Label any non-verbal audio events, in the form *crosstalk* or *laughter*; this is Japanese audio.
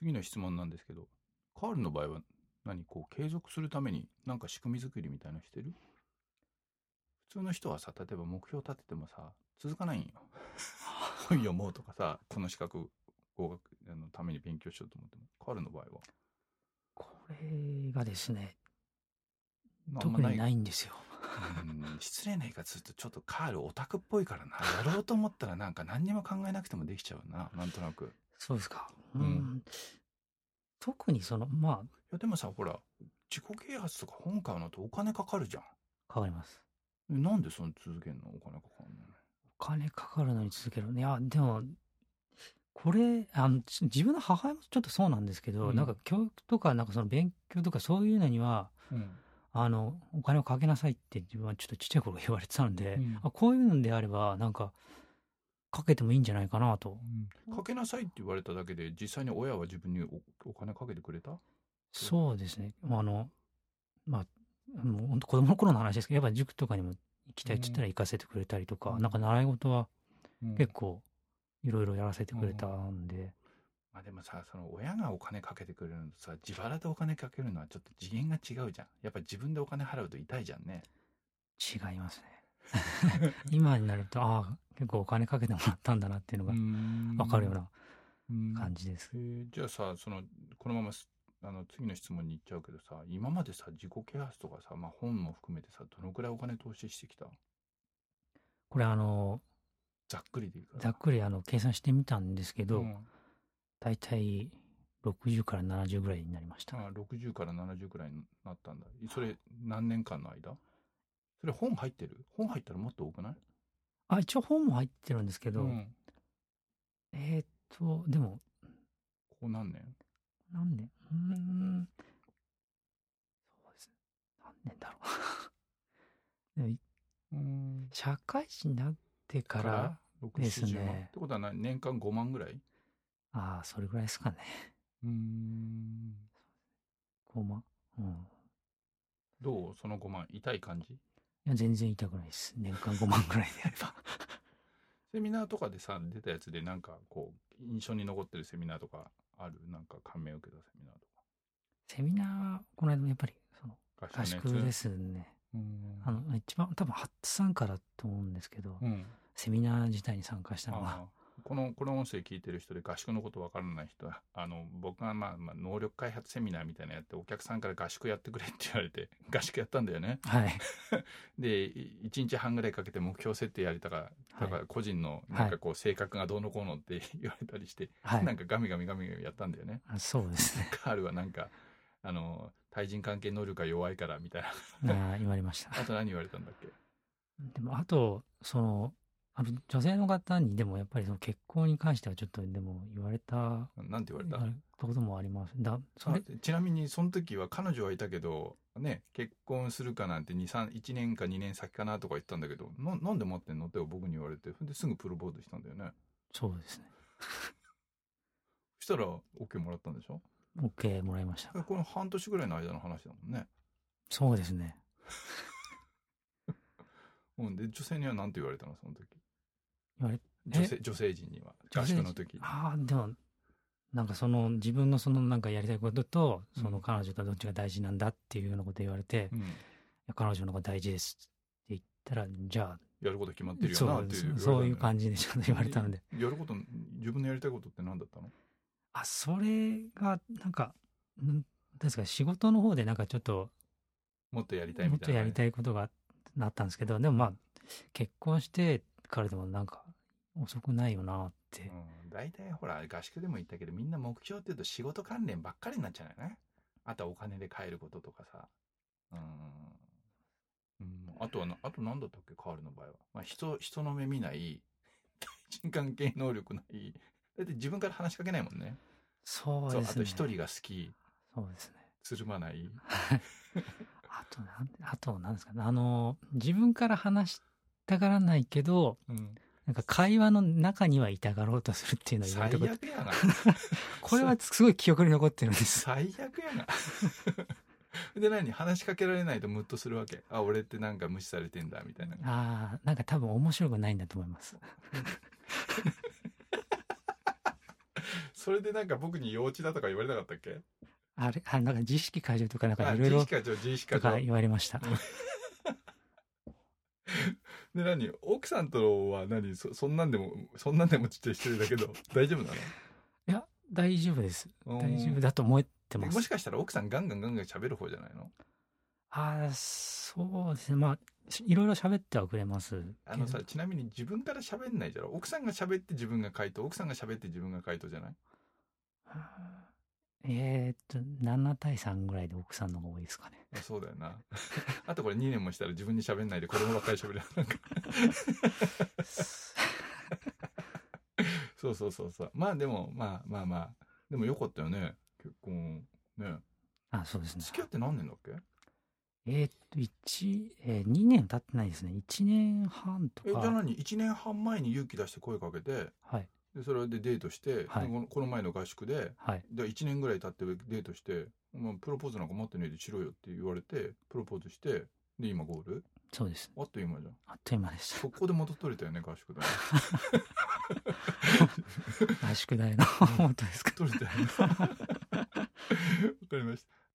次の質問なんですけど、カールの場合は何こう継続するためになんか仕組み作りみたいのしてる普通の人はさ、例えば目標立ててもさ、続かないんよ。 *laughs* 本読もうとかさ、この資格合格のために勉強しようと思っても、カールの場合は。これがですね、あん特まにないんですよ。うん失礼な言い方するとちょっとカールオタクっぽいからな。やろうと思ったらなんか何にも考えなくてもできちゃうな。なんとなく。いそうですか。うんうん。特にその、まやでもさ、ほら、自己啓発とか本買うのとお金かかるじゃん。あ、変わります。えなんでその続けんのお金かかるのね。お金かかるのに続ける。いや、でも、これ、あの、ち自分の母親もちょっとそうなんですけど、うんなんか教育とか、なんかその勉強とかそういうのには、あの、お金をかけなさいって自分はちょっとちっちゃい頃言われてたんで、うんあこういうのであれば、なんか、かけてもいいんじゃないかなと。かけなさいって言われただけで実際に親は自分におお金かけてくれたそうですね。あの、まあ、もう本当子供の頃の話ですけど、やっぱ塾とかにも行きたいって言ったら行かせてくれたりとか、うんなんか習い事は結結構いろいろやらせてくれたんで、まあでもさ、その親がお金かけてくれるのとさ、自腹でお金かけるのはちょっと次元が違うじゃん。やっぱ自分でお金払うと痛いじゃんね。違いますね。 *laughs* 今になると、ああ、結構お金かけてもらったんだなっていうのがわかるような感じです。えーじゃあさそのこのまますあの次の質問に行っちゃうけどさ今までさ自己啓発とかさ、まあ、本も含めてさどのくらいお金投資してきたこれあの、ざっくりでいいからざっくりあの、計算してみたんですけど、うんだいたい60から70ぐらいになりました。あ60から70くらいになったんだそれ何年間の間それ本入ってる本入ったらもっと多くないあ、一応本も入ってるんですけど、ん、えーっと、でも、ここ何年何年うーん。そうですね。何年だろう。でもうん *laughs* 社会人になってから、 6です7 0万、ねってことは何年間5万ぐらいああ、それぐらいですかね。うん5万。うん。どうその5万痛い感じいや、全然痛くないです。年間5万ぐらいであれば。 *laughs* セミナーとかでさ出たやつでなんかこう印象に残ってるセミナーとかあるなんか感銘を受けたセミナーとセミナーは、この間もやっぱり、その、か合宿ですすね。うんあの、一番、多分、初参加だと思うんですけど、うんセミナー自体に参加したのは、あーこのこの音声聞いてる人で合宿のことわからない人はあの僕が、まあまあ、能力開発セミナーみたいなのやってお客さんから合宿やってくれって言われて *laughs* 合宿やったんだよねはい。でい1日半ぐらいかけて目標設定やりたからだから個人のなんかこう性格がどうのこうのって *laughs* 言われたりして、はいなん。かガミガミガミガミやったんだよねあそうで *laughs* すね。カールはなんかあの対人関係能力が弱いからみたいなああ、言われました。あと何言われたんだっけでもあとそのあの女性の方にでもやっぱりその結婚に関してはちょっとでも言われたなんて言われた言われたこともありますだそあれちなみにその時は彼女はいたけど、ね、結婚するかなんて2 3 1年か2年先かなとか言ってたんだけどななんで待ってんのって僕に言われてそれですぐプロポーズしたんだよねそうですねそしたら OK もらったんでしょ OK もらいましたこの半年ぐらいの間の話だもんね、そうですねうん、で女性には何て言われたのその時言われ女性女性陣には合宿の時ああでもなんかその自分のそのなんかやりたいこととうんその彼女とどっちが大事なんだっていうようなこと言われて、ういん、や彼女の方が大事ですって言ったらじゃあやること決まってるよそなっうていうそうそういうじ感じでちょっと言われたのでやること自分のやりたいことって何だったのあ、それが、なんか、なんですか、仕事の方でなんかちょっと、もっとやりたいもっみたといなやりたいことがなったんですけど、でもまあ、結婚してからでもなんか、遅くないよなって。うん、大体ほら合宿でも言ったけどみんな目標っていうと仕事関連ばっかりになっちゃうよねあとはお金で買えることとかさうん、うん、あとはなあと何だったっけカールの場合は、まあ、人人の目見ない対人関係能力ないだって自分から話しかけないもんねそうそうであすとね。一。人が好きそうですね。つるまないあと、なん、あと、なんですかね。あの、自分から話したがらないけど、うんなんか会話の中にはいたがろうとするっていうのを言わ最れたこと。悪やなこれはすごい記憶に残ってるんです。最悪やな *laughs* で何話しかけられないとムッとするわけあ俺ってなんか無視されてんだみたいなああ、なんか多分面白くないんだと思います。そそれでなんか僕に幼稚だとか言われなかったっけあれ、あなんか自意識過剰とかなんかあいろい自ろ意識過剰、自意識過とか剰。言われました。で、何奥さんとは何そそんなんでも、そんなんでもちっちゃい一人だけど、大丈夫な大丈夫です。の大丈夫だだと思ってまもしす。かしたら奥さんガンガンガンガン喋る方じゃないのああ、そうですね。まあ、しいろいろ喋ってはくれますけど。あのさ、ちなみに自分から喋んないじゃろ奥さんが喋って自分が回答、奥さんが喋って自分が回答じゃないえーっと、7対3ぐらいで奥さんの方が多いです *laughs* かね。あそうだよな。あとこれ2年もしたら自分に喋んないで子供ばっかり喋る。なんかそうそうそうそう。まあでも、まあまあまあ。でもよかったよね。結婚。ね。あ、そうですね。付き合って何年だっけえーっと、一えー、2年経ってないですね。1年半え、とじゃあか。何 ?1 年半前に勇気出して声かけて、はい。でそれでデートして、はいでこのこの前の合宿で、はい。で1年ぐらい経ってデートして、お前プロポーズなんか待ってねえでしろよって言われて、プロポーズして、で今ゴールそうです。あっという間じゃん。あっという間でし速攻で戻っとれたよね、合宿 *laughs* で。 *laughs* た。あ宿題の本当ですか。 *laughs* 取れたよね。わかりました。